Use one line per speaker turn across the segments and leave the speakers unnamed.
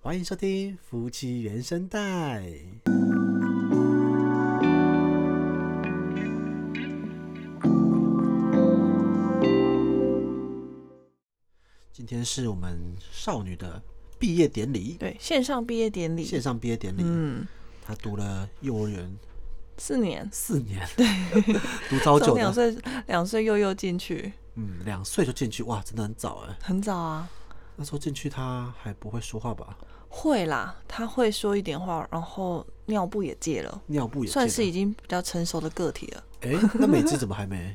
欢迎收听《夫妻原声带》。今天是我们少女的毕业典礼，
对，线上毕业典
线
礼，
上毕业典礼。
嗯，
她读了幼儿园
四年，
四年，对， 读超久
从两
的，
岁两岁幼幼进去，
嗯，两岁就进去，哇，真的很早哎。
很早啊。
那时候进去她还不会说话吧？
会啦，他会说一点话，然后尿布也戒了，
尿布也
算
戒
是
了
已经比较成熟的个体了。
哎、那美姿怎么还没？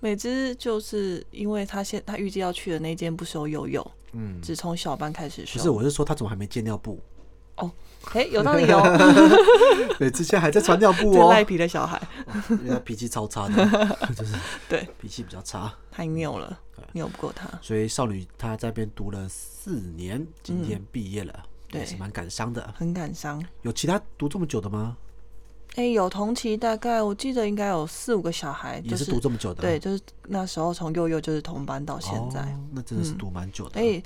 美姿就是因为他现他预计要去的那间不收幼幼，
嗯，
只从小班开始
不是，
收。
我是说她怎么还没戒尿布？
哦，哎，有道理哦，
美姿现在还在穿尿布
这
哦，
赖皮的小孩
因为她脾气超差 的，就是
对
脾气比较差，
太拗了，拗不过他。
所以少女她在那边读了四年，今天毕业了，
对
也是蛮感伤的。
很感伤。
有其他读这么久的吗？
哎、有同期大概我记得应该有四五个小孩，就
也是读这么久的，
对，，就是那时候从幼幼就是同班到现在，
哦、那真的是读蛮久的。
哎、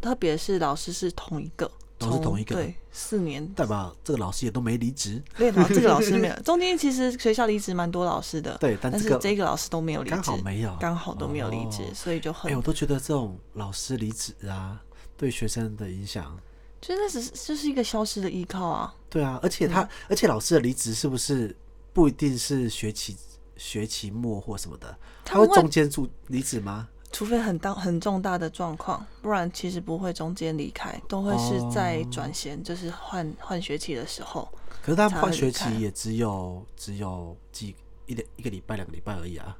特别是老师是同一个，
都是
从
同一个
对，四年。
代表这个老师也都没离职，
对，老这个老师没有，中间其实学校离职蛮多老师的，
对但
但
这
是
个
这个老师都没有离职，
刚好没有，
刚好都没有离职，
哦
所以就
哎、
很，
我都觉得这种老师离职啊，对学生的影响
就是那只是就是一个消失的依靠啊。
对啊，而且他，而且老师的离职是不是不一定是学期学期末或什么的？他
他们
会
会
中间住离职吗？
除非很大很重大的状况，不然其实不会中间离开，都会是
哦
在转衔，就是换换学期的时候。
可是他
才
换
会
学
离开
期也只有只有几一两一个礼拜、两个礼拜而已啊，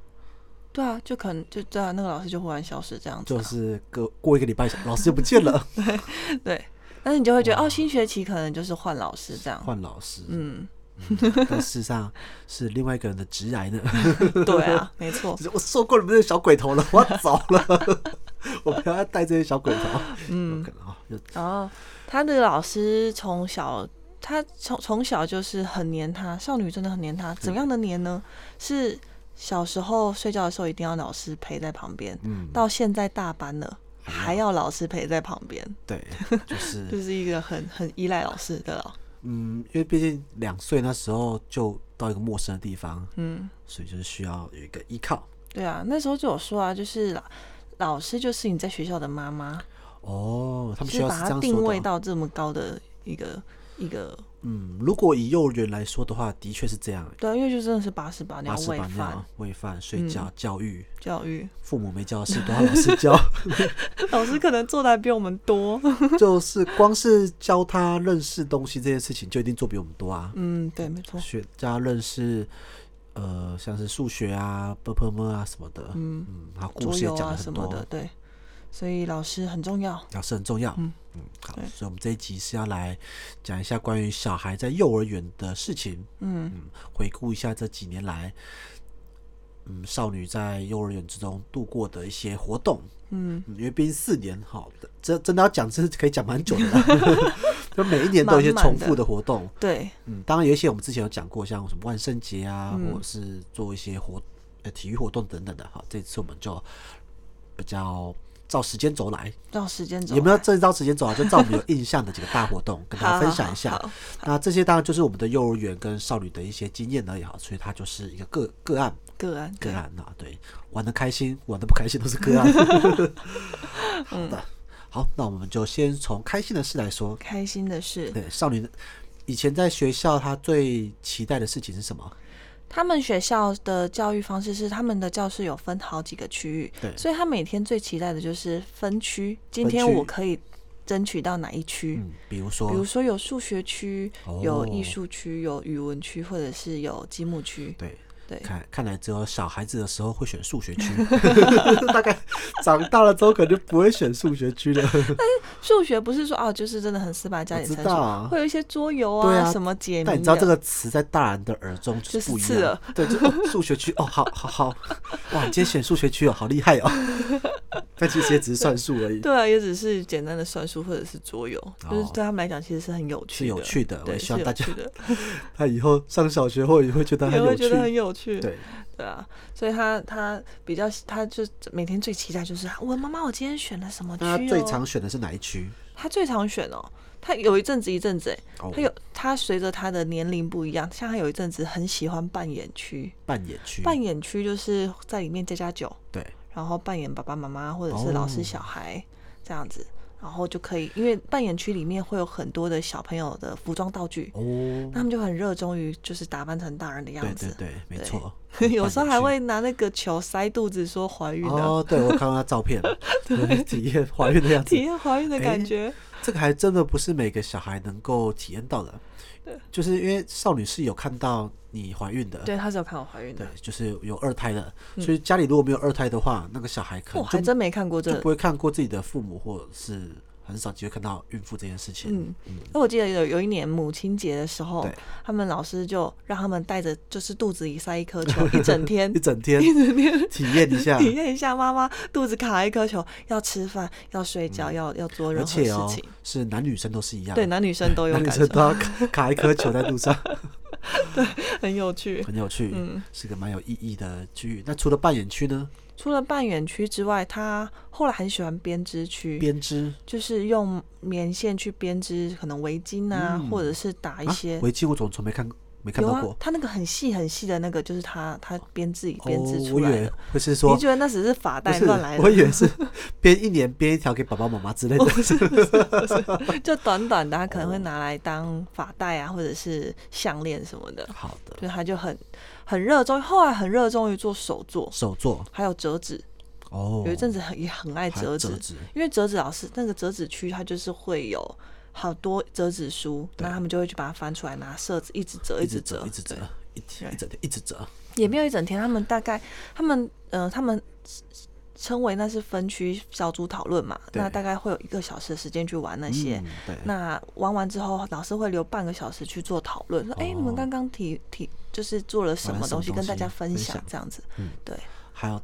对啊，就可能就对啊，那个老师就忽然消失这样子啊、
就是个过一个礼拜，老师就不见了，
对，但是你就会觉得哦，新学期可能就是换老师这样。
换老师，
嗯，
但事实上是另外一个人的直癌呢。
对啊，没错
就，是我受够你们这些小鬼头了， 我要走了， 我不要再带这些小鬼头。嗯，可能啊，就
然后他的老师从小，他从从小就是很黏他，少女真的很黏他。怎么样的黏呢？是小时候睡觉的时候一定要老师陪在旁边，
嗯，哎
到现在大班了。还要老师陪在旁边，
对，就是
就是一个很很依赖老师的了。
嗯，因为毕竟两岁那时候就到一个陌生的地方，
嗯，
所以就是需要有一个依靠。
对啊，那时候就有说啊，就是老老师就是你在学校的妈妈，
哦，他们
就
需
是
要
把
是这
它
样
定
说
位
的。
到这么高的一个一个，
嗯，如果以幼儿园来说的话，的确是这样，
对啊，因为就真的是八十八，你
把
要
屎
喂
把
饭嗯
尿、喂饭、睡觉、教育，
教育，
父母没教的事都要老师教，
老师可能做的还比我们多。
就是光是教他认识东西这件事情，就一定做比我们多啊。
嗯，对，没错，
学教他认识，呃，像是数学啊、b p m 啊什么的，嗯嗯，然后故
桌
事也
游
讲
啊
了
什
很
么
多，
的，对，所以老师很重要。
老师很重要。嗯好，
对
所以我们这一集是要来讲一下关于小孩在幼儿园的事情。
嗯
嗯，回顾一下这几年来，嗯，少女在幼儿园之中度过的一些活动。
嗯，
嗯因为毕竟四年，哈，这真的要讲，真是可以讲蛮久的 啦。就每一年都有一些
满满
重
的
复的活动。
对，
嗯，当然有一些我们之前有讲过，像什么万圣节啊，
嗯
或者是做一些活呃体育活动等等的。哈，这次我们就比较照时间轴来。
让时间走来。
也没有这一招时间走啊，就照我们有印象的几个大活 动跟大
好
家
好
分享一下
好。好
那这些当然就是我们的幼儿园跟少女的一些经验而已哈，所以它就是一个个个案
个案，
个
对，
案啊，对，玩的开心，玩的不开心都是个案。好
嗯
的， 好，那我们就先从开心的事来说。
开心的是，
对，少女的以前在学校，她最期待的事情是什么？
他们学校的教育方式是，他们的教室有分好几个区域，
对
所以他每天最期待的就是分区。今天
分区
我可以争取到哪一区？
嗯，比如说
比如说有数学区、
哦
有艺术区、有语文区，或者是有积木区。
对。
对
看看来只有小孩子的时候会选数 学区，大概长大了之后可能就不会选数学 区了。
数学不是说哦，就是真的很死板加
我
减
知
乘
道
除，
啊
会有一些桌游
对
啊
啊
什么解谜的。
但你知道这个词在大人的耳中就
就是
不一
刺
样
耳，
对，就哦数学区哦，好好好，哇，你今天选数学区哦，好厉害 哦。但其实也只是算数而已，
对啊，也只是简单的算术或者是桌游，就是
哦
对他们来讲其实是很有趣
是
的，
有趣的。我
对，
也希
是
望
有
大家
趣的，
他以后上小学后也会觉 得很
也
有
会觉得很
趣。
有趣。
对，
对啊，所以他他比较，他就每天啊最期待就是我妈妈，我今天选了什么区、
那
哦？
他最常选的是哪一区？
他最常选哦，他他有一阵子一阵子、欸，
哦
他，有他随着他的年龄不一样，像他有一阵子很喜欢扮演区，
扮演区，
扮演区就是在里面加加酒，
对，
然后扮演爸爸妈妈或者是老师
哦
小孩这样子，然后就可以，因为扮演区里面会有很多的小朋友的服装道具，
哦
那，他们就很热衷于就是打扮成大人的
对
样
对
子，
对，没
对，
错
有时
扮
候
演
还
区
会拿那个球塞肚子说怀孕的，
哦，对我看到他照 片了，对，体验怀孕的样子
体，验怀孕的感
哎
觉，
这个还真的不是每个小孩能够体验到的，就是因为少女是有看到你怀孕的，
对他是有看我怀孕
对
的，，
就是有二胎的，所以家里如果没有二胎的话，那个小孩可
我
能
还
就
真没看过这
就不会看过自己的父母，或者是很少机会看到孕妇这件事情。
嗯，那我记得有有一年母亲节的时候
对，
他们老师就让他们带着就是肚子里塞一颗球 一整天
一，整天体验一下，
体验一下妈妈肚子卡一颗球，要吃饭，要睡觉，要要
嗯
做
而
任何
且
事
哦
情。，
是男女生都是一样，
对，，男女生都有
男女
感
生
受，
都要 卡卡一颗球在路 上，
很有趣。
很有趣，
嗯
是个蛮有意义的区域。那除了扮演区呢？
除了扮演区之外，他后来很喜欢编织区，
编织
就是用棉线去编织可能围巾啊，
嗯
或者是打一
啊
些，
围巾我怎么从没看过没看
有
到
啊
过，？
他那个很细很细的那个，就是他他编自己
哦
编织，出
我以
来
为
的。
会是
你
说
觉得那只是发
不
带
是
乱来，的？
我以为是编一年编一条给爸爸妈妈之类 的。
就短短的，他可能
哦
会拿来当发带啊，或者是项链什么的。
好的，
对，他就很很热衷，后来很热衷于做手作，
手作
还有折纸。
哦，
有一阵子很也很爱
还
折纸
折，纸，
因为折纸老师那个折纸区，他就是会有好多折纸书，那他们就会去把它翻出来，拿色子一直折，
一
直
直
折
折，一，直折
对，
一天一整天一直折。
也没有一整天。他们大概他们呃他们。称为那是分区小组讨论嘛，
对
那大概会有一个小时的时间去玩那些，
嗯，对，
那玩完之后，老师会留半个小时去做讨论，说：“哎、你们
哦
刚刚提提就是做了什
玩了
么
什么
东西，
东
跟大
西
家分
分
享
享
这样子。
嗯
对，
还有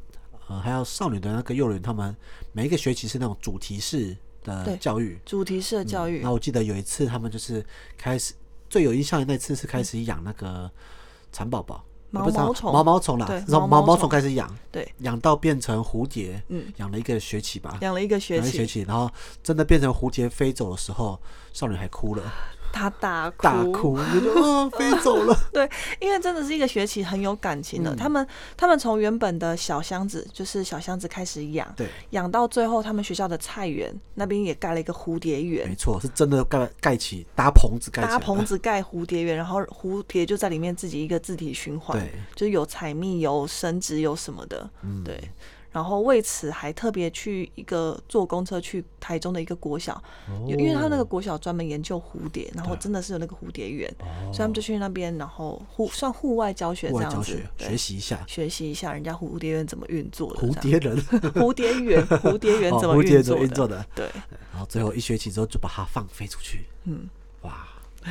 呃还有少女的那个幼儿园，他们每一个学期是那种主题式的
对
教育，
主题式的教育，
嗯那我记得有一次他们就是开始最有印象的那次是开始养那个蚕宝宝。
毛
呃不是蚕
毛虫
毛毛虫啦
对，
从
毛
毛
毛
毛
虫
虫开始养，
对，
养到变成蝴蝶，
嗯，
养了一个学期吧，
养了一个学
养了一
期，
学期，然后真的变成蝴蝶飞走的时候，少女还哭了，
他大哭，
大哭，就说啊飞走了，
对，因为真的是一个学期很有感情的。
嗯
他们他们从原本的小箱子，就是小箱子开始养，
对，
养到最后，他们学校的菜园那边也盖了一个蝴蝶园
没，错，是真的盖盖起搭棚哎子盖起来
搭
的，
棚子盖蝴蝶园，然后蝴蝶就在里面自己一个自体循环，
对，
就是有采蜜、有生殖、有什么的，
嗯，
对。然后为此还特别去一个坐公车去台中的一个国小，
哦，
因因为他那个国小专门研究蝴蝶，然后
对
真的是有那个蝴蝶园，
哦
所以他们就去那边，然后户算户外教学
户
这
外
样
教
子
学，
对
学习一下
学习一下人家蝴蝶园怎么运作的，
蝴
这
蝶
样
人，
蝴蝶园蝴蝶园
哦
怎么
蝴蝶
运
怎
作
么运作
的，
的，
对，
然后最后一学期之后就把它放飞出去，
嗯，
哇，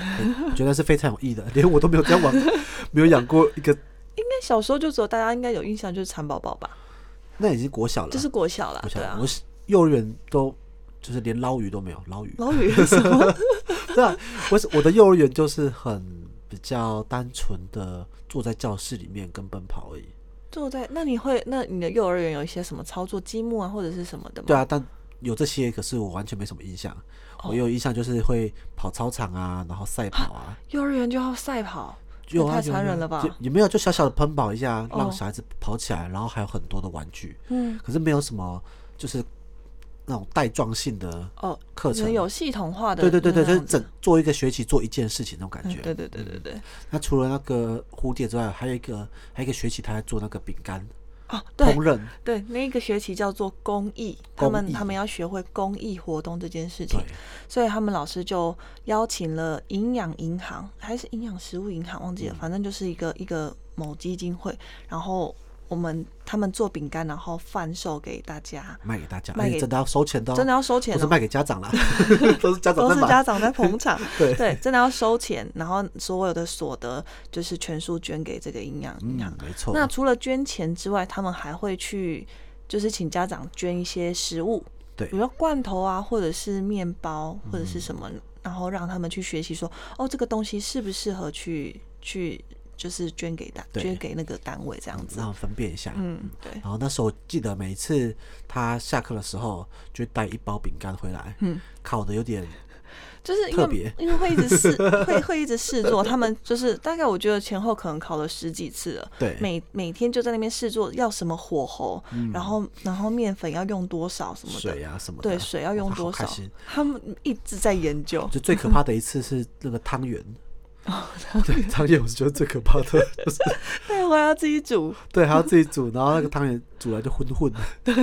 我觉得是非常有意义的，连我都没有这样玩，没有养过一个，
应该小时候就只有大家应该有印象就是蚕宝宝吧，
那已经国小了，
就是国小啦
啊国，小
对
了，
啊
我，是幼儿园都就是连捞鱼都没有，捞 鱼，
老语什么
对啊，我是我的幼儿园就是很比较单纯的坐在教室里面跟奔跑而已，
坐在那你会那你的幼儿园有一些什么操作积木啊或者是什么的吗？
对啊，但有这些，可是我完全没什么印象，
哦
我有印象就是会跑操场啊，然后赛跑啊。
幼儿园就要赛跑，
有
这
啊
太
有啊
残
有啊
忍了吧
就也没有，就小小的奔跑一下，
哦
让小孩子跑起来，然后还有很多的玩具，
嗯，
可是没有什么就是那种带状性的
哦，
课
可能
程。
有系统化的
对
那
对
样子，
对对，就是整做一个学期做一件事情那种感
嗯
觉。
对对对对对，
那除了那个蝴蝶之外，还有一个还有一个学期他在做那个饼干
哦，
烹
对
饪，
对，那一个学期叫做公益，他
公
们
益
他们要学会公益活动这件事情
对，，
所以他们老师就邀请了营养银行还是营养食物银行忘记了，反正就是一个一个某基金会，然后我们他们做饼干，然后贩售给大家，
卖给大家，
卖
哎
给
真的要收钱的哦，
真的要收钱
不是
哦。
卖给家长 啦，都是家长
都
在
是
买，
家长在捧场，
对
真的要收钱，然后所有的所得就是全数捐给这个营养银行
嗯。，没错，
那除了捐钱之外，他们还会去就是请家长捐一些食物，
对
比如说罐头啊，或者是面包，或者是什么，然后让他们去学习说，哦，这个东西适不适合去去就是捐给单
对
捐给那个单位这样子
让。我分辨一下，
嗯，对，
然后那时候我记得每一次他下课的时候，就会带一包饼干回来，
嗯，
烤的有点
就是因
特别
为因为会一直试， 会会一直试做，他们就是大概我觉得前后可能考了十几次了，
对，嗯
每每天就在那边试做要什么火候，然后然后面粉要用多少什么
水
的，
啊什么的，
对水要用
哇
多
好开
少
心。，
他们一直在研究，
就最可怕的一次是那个汤 圆。
哦
对，汤圆我是觉得最可怕的，就是
带回来要自己煮，
对，还要自己煮，然后那个汤圆煮来就混混 的。对，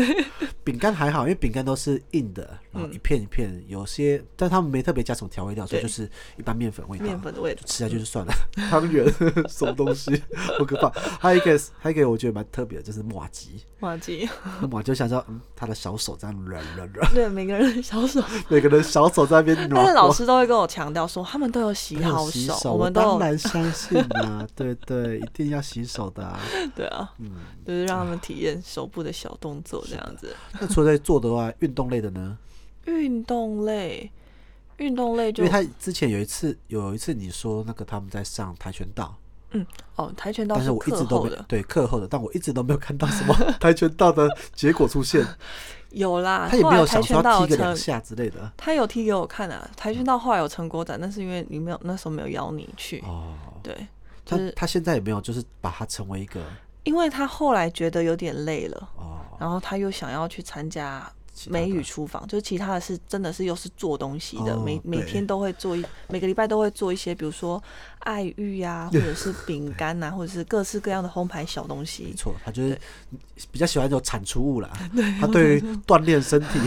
饼干还好，因为饼干都是硬的，然后一片一片，有些但他们没特别加什么调味料，所以
对
就是一般面粉味道，
嗯面粉的味道
就。吃下去就 算了。汤圆什么东西，好可怕。还有一个，还有一个我觉得蛮特别的，就是马吉。
忘记
那马就想说，嗯，他的小手这样软软软，
对每个人的小手，
每个人小手在那边软。
但是老师都会跟我强调说，他们都有洗
没有
好
洗
手，
手，
我们都
当
有
然相信 啊，对对，一定要洗手的啊。
对啊，
嗯，
就是让他们体验手部的小动作这样子。
那除了在做的话，运动类的呢？
运动类，运动类
因
就
为他之前有一次，有一次你说那个他们在上跆拳道，
嗯哦，跆拳道
但是我一直
课
都
后
没
的
对课后的，但我一直都没有看到什么 跆拳道的结果出现，
有啦，
他也
啊后
没
来
有
跆
想说
拳
要
道
踢个
有
两
成。
下之类的。
他有踢给我看啊，跆拳道后来有成果展，但是因为你没有那时候没有邀你去，
哦，
对，
他
就是
他现在也没有，就是把它成为一个
因为他后来觉得有点累了，
哦，
然后他又想要去参加
其他的
美语厨房，就是其他的是真的是又是做东西的，
哦
每每
对
天都会做一，每个礼拜都会做一些，比如说爱玉呀、或者是饼干呐，或者是各式各样的烘焙小东
没
西。
错，他就是比较喜欢这种产出物啦。他 对于锻炼身体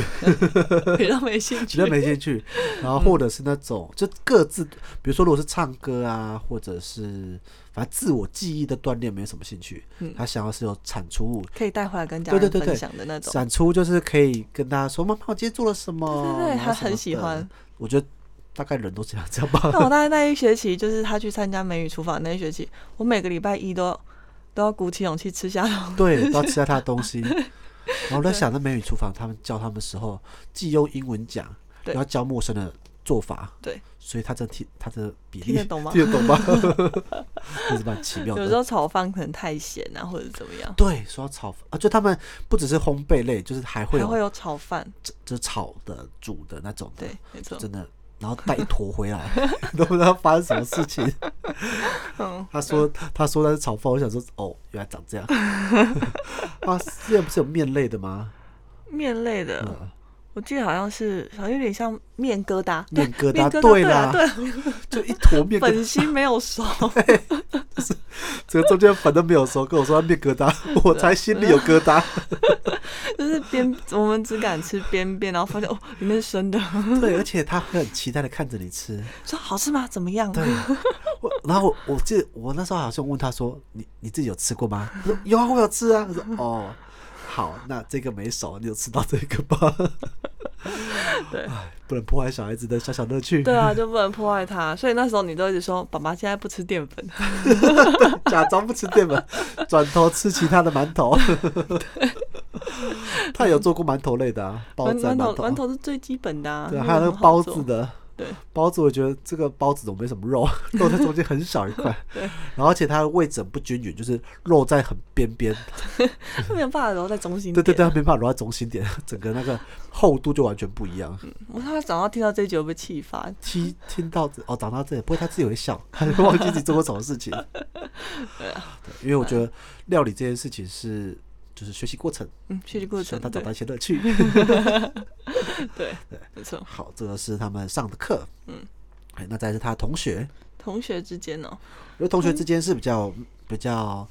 比较没兴
比
趣
较。没兴 趣，然后或者是那种就各自，比如说如果是唱歌啊，或者是反正自我记忆的锻炼没有什么兴趣，
嗯
他想要是有产出物。
可以带回来跟家
对对
人
对对
分享的那种，
产出就是可以跟大家说，妈妈，我今天做了什么？
对对对
然后
他
什么
很喜
的
欢。
我觉得大概人都这样，这样吧。
那我大概那一学期，就是他去参加美语厨房那一学期，我每个礼拜一都都要鼓起勇气吃虾头。
对， 都要吃下他的东西。然后我在想，那美语厨房他们教他们的时候，既用英文讲，
对
然后教陌生的做法，
对，
所以他这听他的比例
听得懂吗
听得懂 吗？这是蛮奇妙
有时
的。
候炒饭可能太咸啊，或者怎么样，
对，说到炒啊，就他们不只是烘焙类，就是还会
还
有
会有炒饭。
就是炒的、煮的那种的
对，，没错。
真的。然后带一坨回来， 都不知道发生什么事 情。
嗯，
他说他说他是炒饭，我想说哦，原来长这样。 啊，之前不是有面类的吗？
面类的，
嗯，
我记得好像是，好像有点像面疙瘩，对
面疙瘩，
面疙瘩，
对
啦，
啦，
对啦，
就一坨面疙瘩，
本心没有熟，
这个中间粉都没有熟，跟我说他面疙 瘩，我才心里有疙瘩。
就是边我们只敢吃边边，然后发现哦，里面是生的，
对，而且他会很期待的看着你吃。
说好吃吗？怎么样？
对，我然后我我记得我那时候好像问他说：“你你自己有吃过吗？”他说：“有啊，我有吃啊。”我说：“哦，好，那这个没熟，你就吃到这个 吧。
对”
不能破坏小孩子的小小乐趣，
对啊，就不能破坏它。所以那时候你都一直说，爸爸现在不吃淀粉，
假装不吃淀粉，转头吃其他的馒头。 他有做过馒头类的、啊， 包
馒
子啊、
馒
馒
头馒头是最基本的、啊，
对，
那
还有那个
很好
包
做
子，的，
对
包子，我觉得这个包子怎么没什么肉，肉在中间很小一块，
对
然后而且它的位置很不均匀，就是肉在很边边，
它没有办法揉在中心
对
点。
对
啊
对，它没办法揉在中心点， 整个那个厚度就完全不一样。
我怕他早上听到这一集会被气发。
听听到这哦，长到这里，不过他自己会笑， 他就忘记自己做过什么 事情。对
啊
因为我觉得料理这件事情是就是学习过程，
嗯，学习过
希
程
望他找
对
到一些乐趣。
对没错，
好，这个是他们上的课，嗯，哎，那再来是他的同学，
同学之间哦、
因为同学之间是比较比较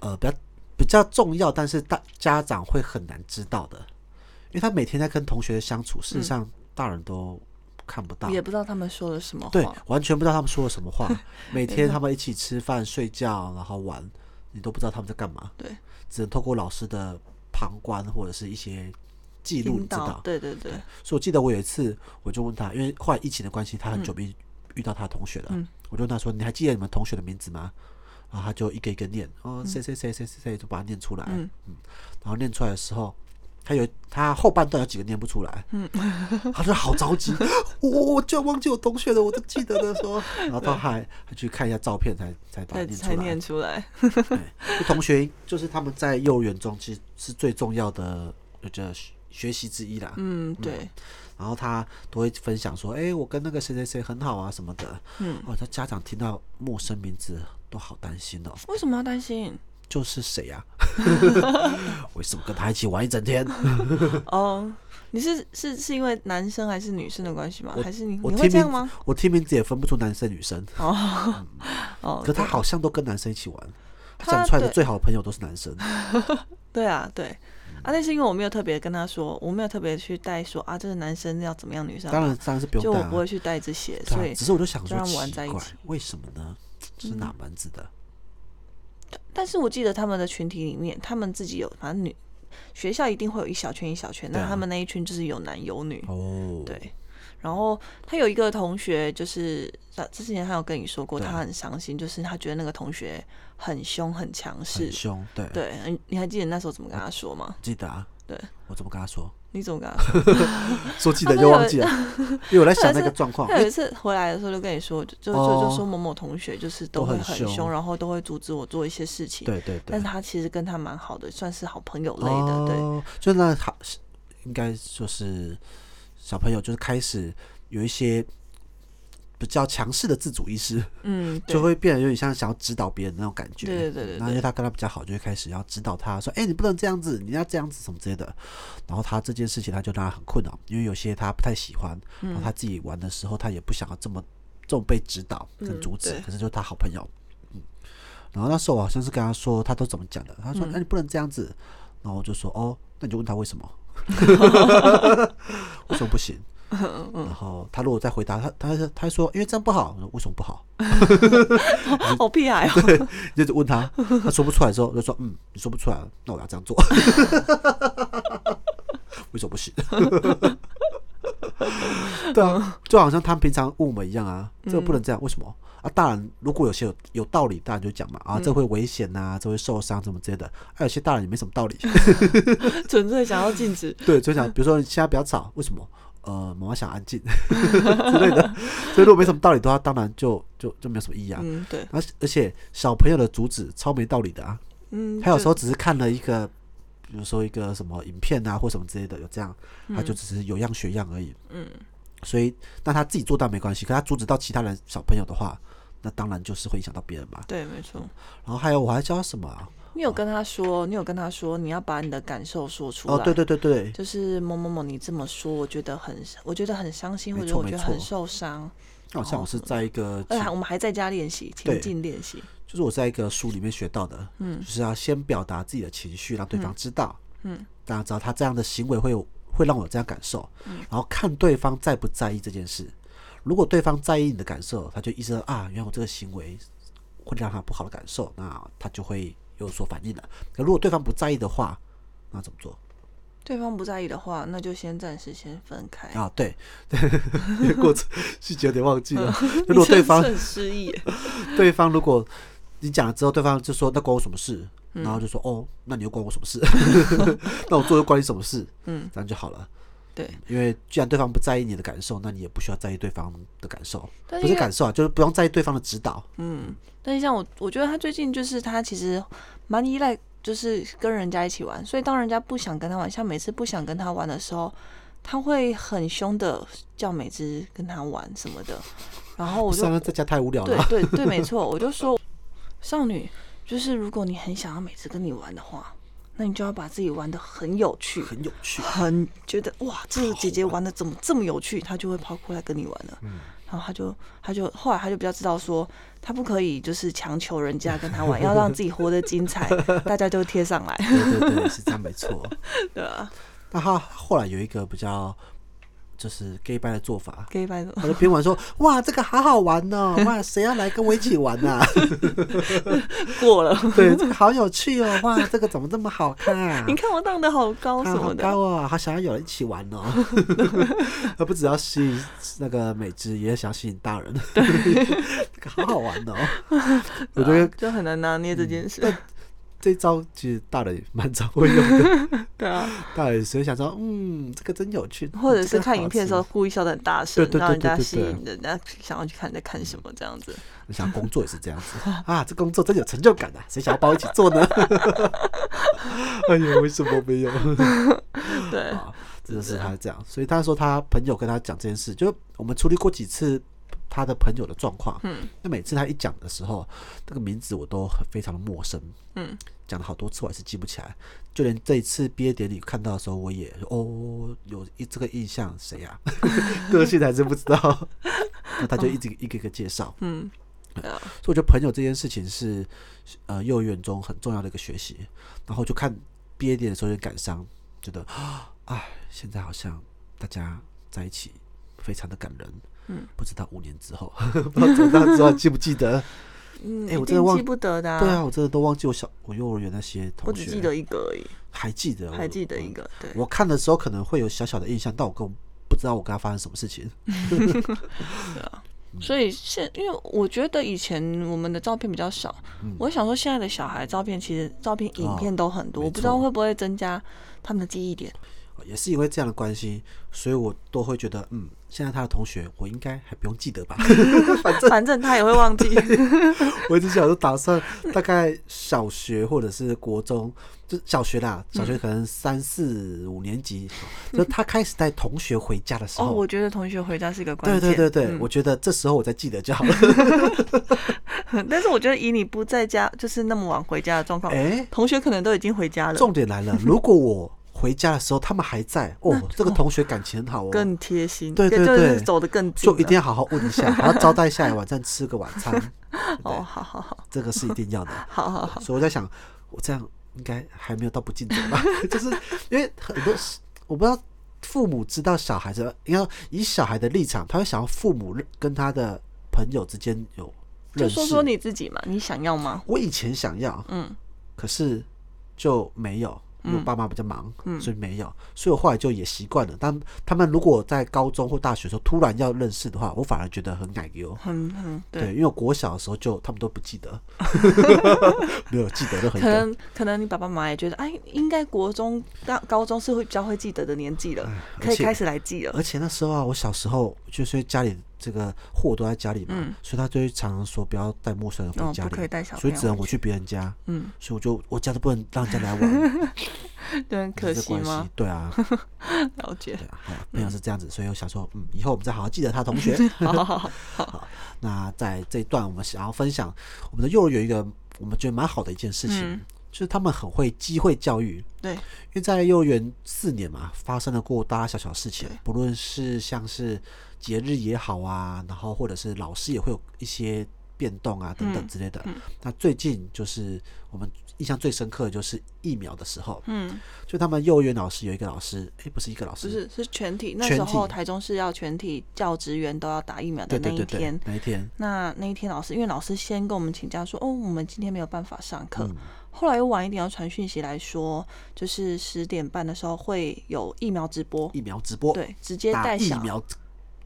呃比较比较重要，但是大家长会很难知道的，因为他每天在跟同学相处，事
嗯
实上大人都看不到，
也不知道他们说了什么
对
话，，
完全不知道他们说了什么 话。每天他们一起吃饭、睡觉，然后玩，你都不知道他们在干嘛，
对，
只能透过老师的旁观或者是一些记录，你
引
知
导
道，。
对对对，
所以我记得我有一次，我就问他，因为后来疫情的关系，他很久没遇到他的同学了。
嗯
我就问他说：“你还记得你们同学的名字吗？”然后他就一个一个念，哦，谁谁谁谁谁谁，就把它念出来。
嗯
然后念出来的时候，他有他后半段有几个念不出来，嗯， 他就好着急，我我我居然忘记我同学了，我都记得的说，然后他还还去看一下照片才才把它
才
念
才
出来哎
念。出来。
就同学就是他们在呃幼儿园中其实是最重要的，我觉得学学习之一啦。
嗯，对，
然后他都会分享说，哎、我跟那个谁谁谁很好啊什么的。嗯，哦，他家长听到陌生名字都好担心哦，
为什么要担心？
就是谁呀、啊？ 为什么跟他一起玩一整 天？
哦，你是是是因为男生还是女生的关系吗？还是你
我
你会
听
这样
名
吗
字？，我听名字也分不出男生女生，
哦哦，
可他
对
好像都跟男生一起玩，他
他
长出来的
对
最好的朋友都是男生。
对啊，对啊，那是因为我没有特别跟他说，我没有特别去带说啊，这个男生要怎么样，女生要
当然，当然是不
就
用带、
我
啊
不，会去带这些，所
对、
以
啊，只是我就想
就
说
让玩
奇
在一
怪
起，嗯
为什么呢？是哪门子的？
但是我记得他们的群体里面，他们自己有，反正女学校一定会有一小圈一小圈，
对
那
啊
他们那一圈就是有男有女，
哦，
嗯对。然后他有一个同学，就是他之前他有跟你说过，
对
他很伤心，就是他觉得那个同学很凶很强势
很。凶，对，
对，你你还记得那时候怎么跟他说吗？
记得啊，
对，
我怎么跟他说？
你怎么跟他 说？
说记
他
得
那
就
个
忘 记了，因为我在想那个
是
状况，
他有一次回来的时候就跟你说，就就就
哦
就说某某同学就是都
都
会
很
很
凶
凶，然后都会阻止我做一些事情。
对对对
但是，他其实跟他蛮好的，算是好朋友类的，对。
哦，就那好，应该就是小朋友就是开始有一些比较强势的自主意识，
嗯，对
就会变得有点像想要指导别人那种感觉。
对对对对
那因为他跟他比较好，就会开始要指导他说：“哎、你不能这样子，你要这样子什么之类的。”然后他这件事情他就让他很困扰，因为有些他不太喜欢，然
嗯
后他自己玩的时候他也不想要这么这种被指导跟
嗯
阻止，
对
可是就是他好朋友。嗯，然后那时候我好像是跟他说他都怎么讲的，他说：“
嗯
哎、你不能这样子。”然后我就说：“哦，那你就问他为 什么，为什么不行？”
嗯
然后他如果再回答他，他他他说因为这样不好，我说为什么不好？
好屁 孩哦，
就是问他，他说不出来之后，就说嗯，你说不出来，那我要这样做， 为什么不行？ 对啊，就好像他们平常问我们一样啊，这个不能这样，为什么？啊，当然，如果有些有有道理，当然就讲嘛，啊，这会危险呐、这会受伤，怎么之类的。还、有些大人也没什么道理，
纯粹想要禁止。
对，就想，比如说你现在不要吵，为什么？呃，妈妈想安静 之类的。所以如果没什么道理的话，当然就就就没有什么意义啊。
嗯，对，
而、而且小朋友的阻止超没道理的啊，
嗯，
他有时候
就
只是看了一个，比如说一个什么影片啊或什么之类的，有这样，他就只是有样学样而已。
嗯，
所以那他自己做到没关系，可他阻止到其他人小朋友的话，那当然就是会影响到别人嘛。
对，没错。
然后还有我还教他什么啊？
你有跟他说，你有跟他说，你要把你的感受说出来。
哦，对对对对，
就是某某某，你这么说，我觉得很，我觉得很伤心，
没
或者
错
我觉
没
得很
错
受伤。
那好像
哦
我是在一个
而且
情
还我们还在家练习
对
情境练习。
就是我在一个书里面学到的，嗯，就是要先表达自己的情绪，让对方知道，嗯，让他知道他这样的行为会有会让我有这样感受，嗯，然后看对方在不在意这件事。如果对方在意你的感受，他就意识到啊，原来我这个行为会让他不好的感受，那他就会有所反应了。可如果对方不在意的话，那怎么做
对方不在意的话，那就先暂时先分开。
啊？对， 对，因为过程细节有点忘记了。
你
如果对
真
方
是很失忆嗯耶，
对方如果你讲了之后，对方就说那关我什么事？
嗯
然后就说哦，那你又关我什么 事？ 那我做又关你什么事？
嗯，
这样就好了。
对，
因为既然对方不在意你的感受，那你也不需要在意对方的感受，
但
不是
因为
感受啊，就是不用在意对方的指导。
嗯，但是像我，我觉得他最近就是他其实蛮依赖，就是跟人家一起玩，所以当人家不想跟他玩，像每次不想跟他玩的时候，他会很凶的叫美芝跟他玩什么的，然后我就
上班在家太无聊
对
了，
对对，没错，我就说少女，就是如果你很想要美芝跟你玩的话，那你就要把自己玩的很有趣，
很有趣。
很觉得哇，这个姐姐玩的怎么这么有趣，她就会跑过来跟你玩了。然后她就她就后来她就比较知道说，她不可以就是强求人家跟她玩，要让自己活得精彩，大家就贴上来，
对对对，是这样没 错。
对啊，
那他后来有一个比较就是 gay 班的做法。
可以拜托。
他就边玩说：“哇，这个好好玩哦！ 哇，谁要来跟我一起玩呐、
过了，
对，这个好有趣哦！哇，这个怎么这么好看、啊？
你看我荡的好高
他
什
好
么的，
高哦，好想要有人一起玩 哦。 他不只要吸引那个美智，也想吸引大 人。这 个好好玩哦！我觉
对啊
得
就很难拿捏这件事，
这招其实大人也蛮常会用的，
对啊，
大人只会想说，嗯，这个真有趣，嗯
或者
这
是
个
看
好
影片的时候
吃，
故意笑得很大声
对，对对
让人家
对对
吸
对
引人家想要去看你在看什么这样子，
我想工作也是这样子啊，这工作真有成就感啊，谁想要帮我一 起做呢？哎呦，为什么没有？
对，
啊，这是
对啊
他这样。所以他说他朋友跟他讲这件事，就我们处理过几次他的朋友的状况，
嗯，
那每次他一讲的时候，那个名字我都很非常的陌生，
嗯，
讲了好多次我还是记不起来，就连这一次毕业典礼看到的时候，我也哦有一这个印象，谁 呀、个性还是不知道，那他就一直一个一个介绍，
嗯，对啊，
所以我觉得朋友这件事情是呃幼儿园中很重要的一个学习，然后就看毕业典礼的时候有点感伤，觉得哎，现在好像大家在一起非常的感人。
嗯，
不知道五年之后， 不知道长大之后还记不记 得？
嗯，
哎
一
我真的
定
忘
记不得的、
对啊，，我真的都忘记我小我幼儿园那些同
我
学，
只记得一个而已，
还记得
还记得
我
一个，对，
嗯我看的时候可能会有小小的印象，但我根本不知道我跟他发生什么事情。
所以现因为我觉得以前我们的照片比较少，
嗯哦
我想说现在的小孩照片其实照片、影片都很多，
没
我不知道
错
会不会增加他们的记 忆点。
也是因为这样的关系，所以我都会觉得，嗯，现在他的同学，我应该还不用记得 吧？
反正他也会忘记。哦
我一直想说，打算大概小学或者是国中，就小学啦，小
嗯
学可能三四五年级，就他开始带同学回家的时
哦，
候，
我觉得同学回家是一个关
对
键。
对对对，
嗯
我觉得这时候我再记得就好 了。
但是我觉得以你不在家，就是那么晚回家的状况，
哎、
同学可能都已经回家了，
重点来了，如果我回家的时候他们还在，哦，这个同学感情很好哦，
更贴心，
对对
就
对
是走得更近
所以
了。
一定要好好问一下，还要招待下来晚上吃个晚餐，
哦，好好好，
这个是一定要的。
好好好，
所以我在想，我这样应该还没有到不尽责吧？ 就是因为很多时我不知道父母知道小孩子，应该说以小孩的立场，他会想要父母认跟他的朋友之间有
就
认识。
说说你自己嘛，你想要吗？
我以前想要，
嗯，
可是就没有，因为我爸妈比较忙，
嗯
所以没有，所以我后来就也习惯了。但他们如果在高中或大学的时候突然要认识的话，我反而觉得很奶油。
很很
对，
对。
因为我国小的时候就他们都不记 得， 没有记得任何一
可
个。
能可能你爸爸妈妈也觉得，哎，应该国中、大高中是会比较会记得的年纪了，
哎而
可以
且
开始来记了。
而且那时候啊，我小时候就是因为家里这个货都在家里嘛，
嗯
所以他就会常常说不要带陌生人
哦
回家
不可以
里，
带小
所
朋
以
友
只能我去别人家，
嗯，
所以我就我家都不能让人家来 玩，
对，很可
这
惜
嗯关系
吗？？
对 啊，
了解。
对啊，好啦朋友是这样子，所以我想说，嗯，以后我们再好好记得他同 学。
好好好，
那在这一段，我们想要分享我们的幼儿园一个我们觉得蛮好的一件事情，
嗯
就是他们很会机会教育。
对，
因为在幼儿园四年嘛，发生了过大大小小事情
对，
不论是像是节日也好啊，然后或者是老师也会有一些变动啊等等
嗯
之类的。
嗯
那最近就是我们印象最深刻的就是疫苗的时候，
嗯，
就他们幼儿园老师有一个老师，诶，不是一个老师，
不是是全体，那
全
时候
体
台中市要全体教职员都要打疫苗
对
的那
对
一
对对
天，。
那一天，
那那一天老师，因为老师先跟我们请假说，哦，我们今天没有办法上课。
嗯
后来又晚一点要传讯息来说，就是十点半的时候会有疫苗直播，
疫苗直播，
对，直接
打
带
疫
小
苗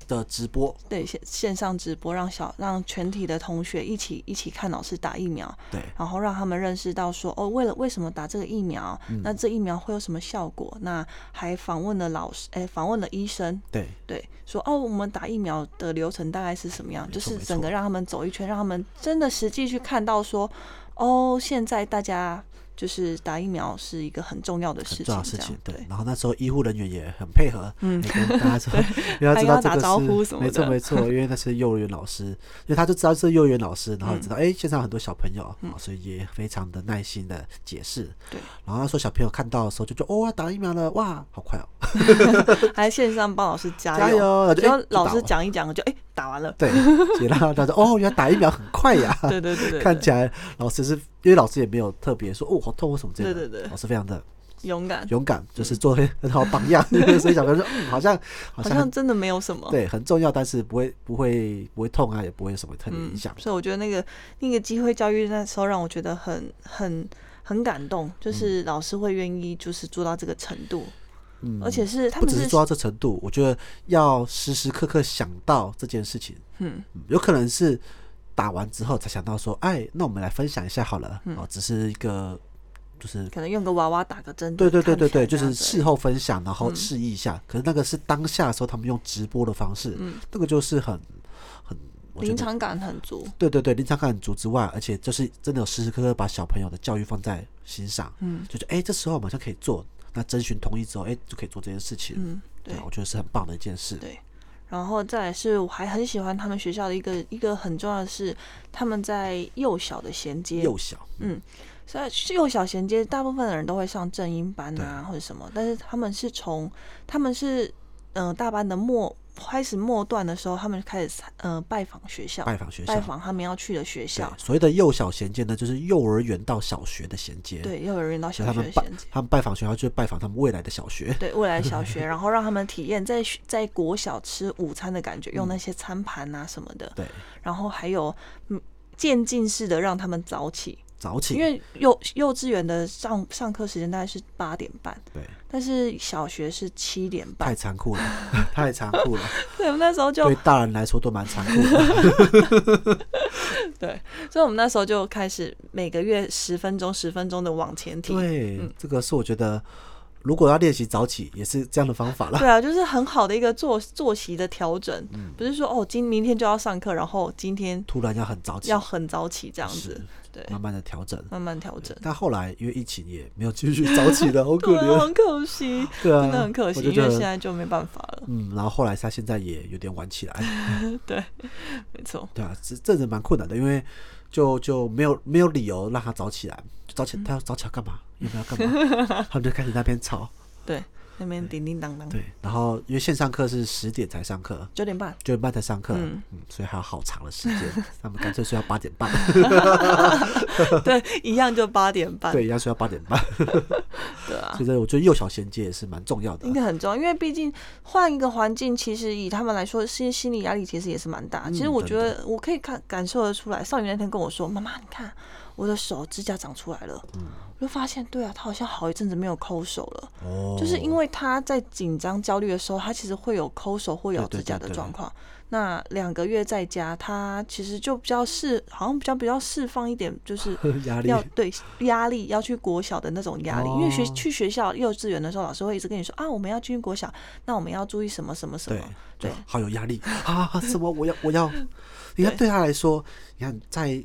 的直播，
对线线上直播，让小让全体的同学一起一起看老师打疫苗，
对，
然后让他们认识到说，哦，为了为什么打这个疫苗，
嗯
那这疫苗会有什么效果？那还访问了老师，哎，访问了医生，
对，
对，说哦，我们打疫苗的流程大概是什么样？
没
就
错
是
没
整
错
个让他们走一圈，让他们真的实际去看到说，哦，现在大家就是打疫苗是一个很重要的
很
事情，
重要的
这
事情
样，
对。然后那时候医护人员也很配合，嗯，跟大家说不 要
还
知道
要
这
打
个
招呼
是
什
没
么
错
的
没错，因为那是幼儿园老师，因为他就知道是幼儿园老师，然后也知道
嗯
哎，现场很多小朋友，啊所以也非常的耐心的解释。
对，
然后他说小朋友看到的时候就觉得哦，打疫苗了，哇，好快哦，
还线上帮老师加
加油！
只要
就
老师，
哎
讲一讲，就哎、打 完了，
就打完对，然后他说哦，原来打疫苗很快 呀，
对对对对
啊看
对，
起来老师是因为老师也没有特别说哦好痛或什么之类的，
对对对嗯
老师非常的
勇敢，
勇敢，就是做了很好的榜样， 所以小朋友说嗯好像好
好
像
像真的没有什么，
对很重要，但是不会不会不会痛啊，也不会有什么特别
嗯，
影响。
所以我觉得那个那个机会教育那时候让我觉得很很很感动，就是老师会愿意就是做到这个程度，
嗯，
而且是他
不
们
只是
是
做到这程度，我觉得要时时刻刻想到这件事情，
嗯
嗯有可能是打完之后才想到说，哎，那我们来分享一下好了，
嗯
哦，只是一个就是
可能用个娃娃打个针，
对对对对对，
看起
就
来这样嗯
是
子
事后分享，然后示意一下。可是那个是当下的时候，他们用直播的方式，
嗯
那个就是很很，我觉
临
得
场感很足，
对对对，临场感很足之外，而且就是真的有时时刻刻把小朋友的教育放在心上，
嗯
就是哎，诶这时候我们好像可以做，那征询同意之后，哎、就可以做这件事情。
嗯，
对
对
啊，我觉得是很棒的一件事。
对然后再来是我还很喜欢他们学校的一个一个很重要的是他们在幼小的衔接，
幼小，
嗯虽然是幼小衔接，大部分的人都会上正音班啊或者什么，但是他们是从呃他们是嗯、呃大班的末开始末段的时候，他们开始参呃拜访学校，
拜访学校
拜，访他们要去的学
对
校，，
所谓的幼小衔接呢，就是幼儿园到小学的衔接。，
对，幼儿园到
所
小
以他
学
们
的
拜
衔接。
他们拜访学校，就是拜访他们未来的小学。
对未来 小学，然后让他们体验在学在国小吃午餐的感觉，
嗯
用那些餐盘啊什么的，
对，
然后还有嗯渐进式的让他们早起，
早起，
因为幼幼稚园的上上课时间大概是八点半，
对，
但是小学是七点半
太，残酷 了，太残酷了，
对，我们那时候就
对大人来说都蛮残酷的。
对，所以我们那时候就开始每个月十分钟十分钟的往前提。
对，这个是我觉得，如果要练习早起，也是这样的方法啦。
对啊，就是很好的一个作作息的调整，不是说哦，今明天就要上课，然后今天
突然要很嗯早起
要，嗯很早起这样子
是，
对，
慢慢的调整。
慢慢调整。
但后来因为疫情也没有继续早起了，好可
对啊，
怜。
很可惜，
对啊，
真的很可惜，
我
因
就
为
觉
现
得，
在就没办法了。
嗯，然后后来他现在也有点晚起来。
对，没错，
对啊，这这人蛮困难的，因为就就没有没有理由让他早起来，就早
嗯
起他要早起来干嘛？有没有干 嘛？他们就开始那边吵。
对，那边叮叮当当，
对，然后因为线上课是十点才上课，
九点半，
九点半才上课，嗯
嗯
所以还有好长的时 间。他们干脆睡到八点半，
对，一样就八点半，
对，一样睡到八点半。
对啊
所。以这我觉得幼小衔接也是蛮重要的
应。该很重要，因为毕竟换一个环境，其实以他们来说，心心理压力其实也是蛮大。
嗯
其实我觉
真
得我可以看感受得出来，少女那天跟我说：“妈妈，你看我的手指甲长出来了。”
嗯
我就发现，对啊，她好像好一阵子没有抠手了，
哦，
就是因为她在紧张焦虑的时候，她其实会有抠手或咬指甲的状况。那两个月在家，她其实就比较释，好像比较比较释放一点，就是
压力
要对压力要去国小的那种压力，因为学
哦
去学校幼稚园的时候，老师会一直跟你说啊，我们要进国小，那我们要注意什么什么什
对
么。
对
对，
好有压力啊！什么？我要我 要，你看对他来说，你看在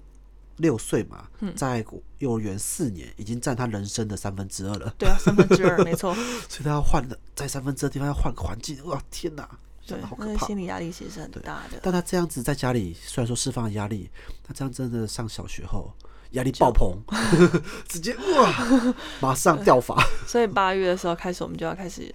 六岁嘛，
嗯
在幼儿园四年，已经占他人生的三分之二了，
对啊，三分之二，没错，
所以他要换的在三分之二地方要换个环境，哇天哪，
对
真的好，
那
可
个
怕
心。理压力其实是很大的。
但他这样子在家里，虽然说释放压力，他这样真的上小学后压力爆棚， 直接哇， 马上掉发。
所以八月的时候开始，我们就要开始，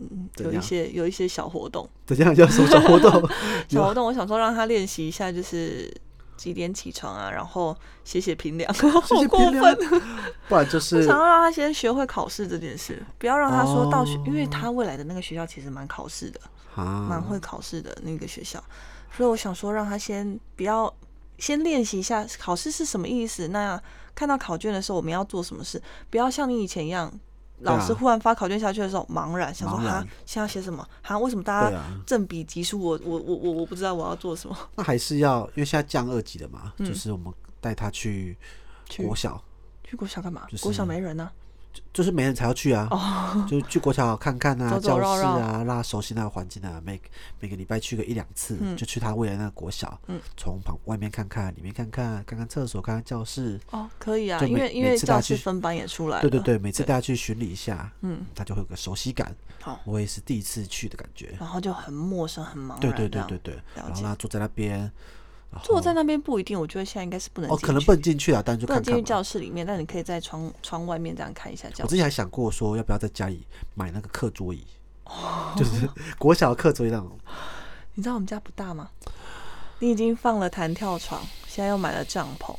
嗯，
怎
有一
样
些有一些小活动，
怎样要什么小 活动？
小活动，我想说让他练习一下，就是几点起床啊，然后写写评量， 好
谢
过
评
分
量。啊不然就
我
是
想要让他先学会考试这件事，不要让他说到学，因为
哦
他未来的那个学校其实蛮考试的。蛮
啊，
会考试的那个学校，所以我想说让他先不要先练习一下考试是什么意思。那看到考卷的时候，我们要做什么事？不要像你以前一样，
对啊
老师忽然发考卷下去的时候茫然，想说
茫然
哈，现在要写什么？哈，为什么大
对
家
啊
正比级数？我我我我我不知道我要做什么。
那还是要，因为现在降二级了嘛，就是我们带他去
嗯去
国小，
去国小干嘛？
就是
国小没人呢、
就是没人才要去啊， 就是去国小看看啊，
哦走走绕
教室
绕
啊，让他熟悉那个环境啊，每每个礼拜去个一两次，
嗯
就去他未来那个国小，从旁外面看看，里面看看，看看厕所，看看教室，
哦，可以啊，
就
因
每
为因
每
为
次大家
教室
去
分班也出来了。
对对对，每次带他去巡礼一下，嗯，他就会有个熟悉感。
好，
我也是第一次去的感觉，
然后就很陌生，很茫然。
对对对对。对，然后让他坐在那边，然后
坐在那边不一定，我觉得现在应该是不能
哦，
进
可能
去
不能进去啊，但就
不能
看
进
看
去
嘛。
教室里面，但你可以在窗窗外面这样看一下教
我
室。
之前还想过说，要不要在家里买那个课桌椅，就是国小的课桌椅那种。
你知道我们家不大吗？你已经放了弹跳床，现在又买了帐篷，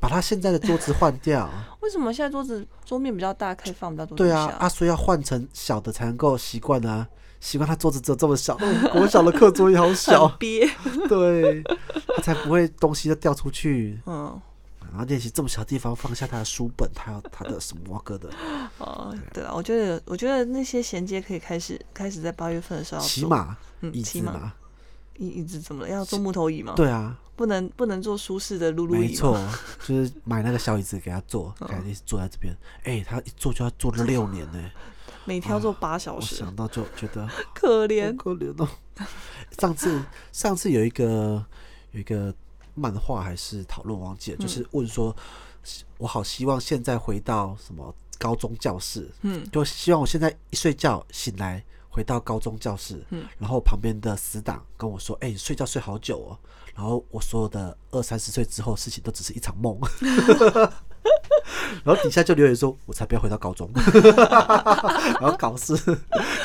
把他现在的桌子换 掉，
为什么现在桌子桌面比较大，可以放比较多东
对
西
啊，啊，所以要换成小的才能够习惯啊，习惯他桌子只有这么小，哦国小的课桌椅好小
很， 憋，
对，他才不会东西都掉出去，
嗯，
然后练习这么小的地方放下他的书本，他要他的什么啊 歌的，
哦，对啊，我觉得我觉得那些衔接可以开始开始在八月份的时候要
骑
做
马、
嗯哦
椅
骑
子
马
嘛，
椅椅子怎么了？要做木头椅吗？，
对啊，
不能不能做舒适的露露椅，
没，错，就是买那个小椅子给他 坐，
嗯
给他一直坐在这边，哎、他一坐就要坐了六年呢、
每天要做八小
啊我
时，
想到就觉得
可
好
怜。
可怜哦。 上次上次有一个有一个漫
嗯
画还是讨论忘记了，就是问说，我好希望现在回到什么高中教室，
嗯
就希望我现在一睡觉醒来回到高中教室，
嗯
然后旁边的死党跟我说：“哎、你睡觉睡好久哦。”然后我所有的二三十岁之后事情都只是一场梦。 然后底下就留言说：“我才不要回到高中， 然后考试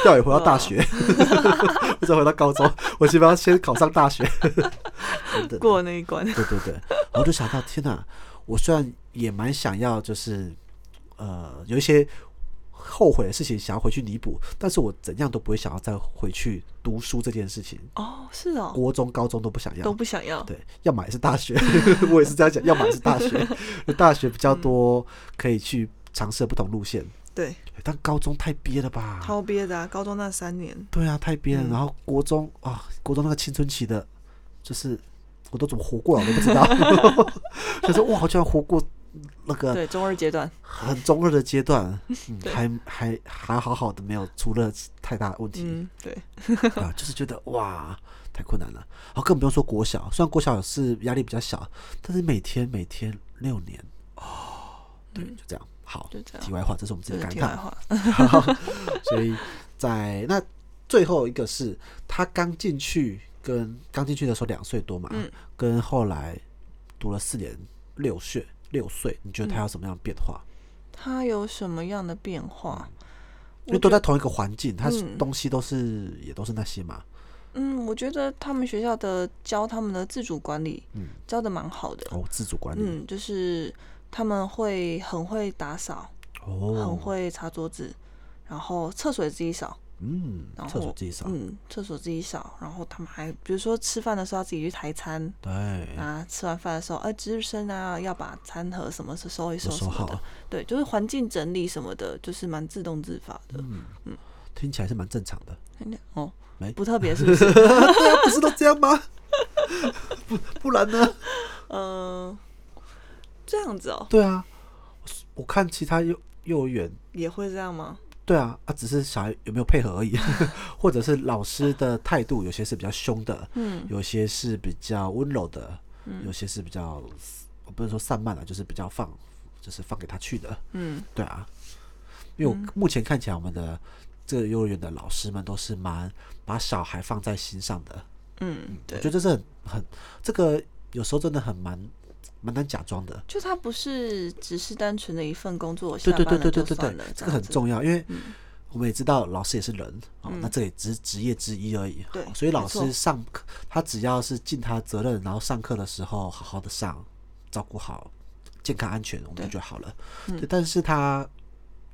要也回到大学，为什么回到高中？我起码要先考上大学。等等”
过那一关。
对对对，然后就想到天哪，我虽然也蛮想要，就是呃有一些后悔的事情想要回去弥补，但是我怎样都不会想要再回去读书这件事情，
哦，是哦，
国中、高中都不想
都
要。
不想要。
对，要么也是大学， 我也是这样讲，要么也是大学，大学比较多可以去尝试不同路线，
对，
但高中太憋了吧？
超憋的啊！高中那三年，
对啊，太憋了。
嗯
然后国中啊，国中那个青春期的，就是我都怎么活过来，我都不知道。 就说哇，好像活过那个
对，中二阶段，
很中二的阶段，嗯、
对
还还还好好的，没有出了太大的问题、
嗯，对，
啊，就是觉得哇，太困难了。然后更不用说国小，虽然国小是压力比较小，但是每天每天六年哦，对，
嗯
就这样。好，
就这样
题外话，这是我们自
这
己
是
的感
啊题
慨
外。话。
所以在那最后一个是他刚进去跟刚进去的时候两岁多嘛，
嗯
跟后来读了四年六岁六岁，你觉得
嗯
他有什么样的变化？
他有什么样的变化？
因为都在同一个环境，他是
嗯
东西都是、也都是那些嘛。
嗯，我觉得他们学校的教他们的自主管理，
嗯
教的蛮好的。
哦，自主管理、
嗯，就是他们会很会打扫，很
哦，
会擦桌子，然后厕所也自己扫，
嗯，
然后
厕所自己扫，
嗯，厕所自己扫，然后他们还比如说吃饭的时候要自己去抬餐。
对，
啊，吃完饭的时候，哎、值日生啊，要把餐盒什么是收一收
都
什
收
么
好
的，，对，就是环境整理什么的，就是蛮自动自发的。
听起来是蛮正常的。
哦
嗯没，
不特别是 不是？
对啊，不是都这样吗？ 不不然呢？
嗯、这样子哦，
对啊，我看其他幼幼儿园
也会这样吗？嗯
对啊，啊，只是小孩有没有配合而已， 或者是老师的态度，有些是比较凶的，
嗯，
有些是比较温柔的，有些是比较，我不能说散漫了，就是比较放，就是放给他去的，
嗯，
对啊，因为我目前看起来，我们的这个幼儿园的老师们都是蛮把小孩放在心上的，
嗯，
我
对
觉，得这是很很这个有时候真的很蛮蛮难假装的，
就他不是只是单纯的一份工作，
对
下
对
班
对
了
对
就
对对对
算了，，
这
这
个
样
很
子。
重要，因为我们也知道老师也是人哦，那
嗯
这也只是职业之一而已。哦
对
所以老
没错
师上课，他只要是尽他责任，然后上课的时候好好的上，照顾好健康安全，我们就
对
觉得好了。
嗯
对，但是他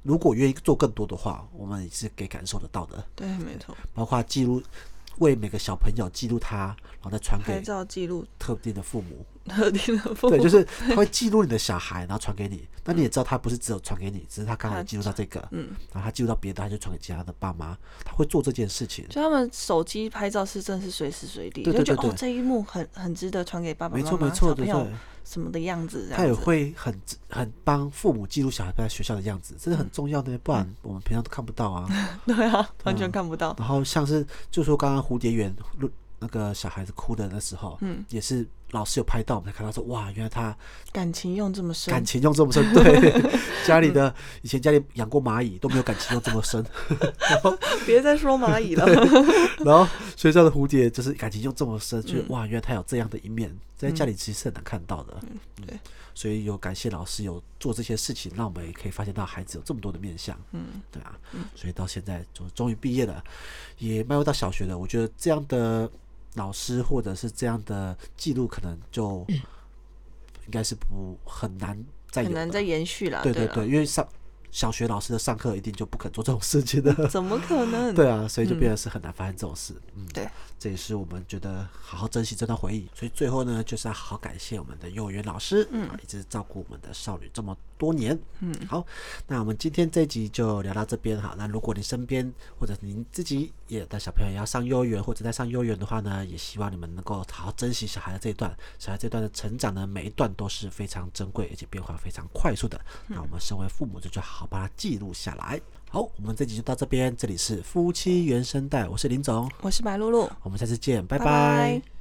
如果愿意做更多的话，我们也是可以感受得到的，
对，没错，
包括记录。为每个小朋友记录他，然后再传
拍
给
照记录
特定的父母。
特定的父
对，
母，
就是他会记录你的小孩，然后传给你。那你也知道，他不是只有传给你，只是他刚好
他
记录到这个，
嗯，
然后他记录到别的，他就传给其他的爸妈。他会做这件事情，
就他们手机拍照是真的是随时随地，
对对
就觉得
对对
哦这一幕很很值得传给爸爸
没
妈
错
妈、
没错，
小
对
朋
对
友，什么的样子，这
他也
样子。
会很很帮父母记录小孩在学校的样子，这是很重要的，不然
嗯
我们平常都看不到啊。
对啊，完
嗯
全看不到。
然后像是就说刚刚蝴蝶园录那个小孩子哭的那时候，
嗯，
也是老师有拍到，我们才看到说哇，原来他
感情用这么深，
感情用这么深，对， 家里的以前家里养过蚂蚁都没有感情用这么深，
别再说蚂 蚁了。
然后学校的蝴蝶就是感情用这么深，就、
嗯
哇，原来他有这样的一面，在家里其实是很难看到的。嗯
对
所以有感谢老师有做这些事情，让我们也可以发现到孩子有这么多的面相。
嗯，
对啊，所以到现在就终于毕业了，也迈入到小学了。我觉得这样的老师或者是这样的记录，可能就
嗯
应该是不很难再有
很
了
难再延续啦。
对
对啊
对
啦
对，因为上小学老师的上课一定就不肯做这种事情的。
怎么可 能？
对啊，所以就
嗯
变得是很难发生这种事。嗯，
对，
这也是我们觉得好好珍惜这段回忆。所以最后呢，就是要好好感谢我们的幼儿园老师，嗯，一直照顾我们的少女这么多年。嗯，好，那我们今天这一集就聊到这边哈。那如果你身边或者您自己也带小朋友要上幼儿园或者在上幼儿园的话呢，也希望你们能够好好珍惜小孩的这一段，小孩这段的成长呢，每一段都是非常珍贵而且变化非常快速的。那我们身为父母就就好好把它记录下来。好，我们这集就到这边，这里是夫妻原声带，我是林总，
我是白露露，
我们下次见，拜
拜拜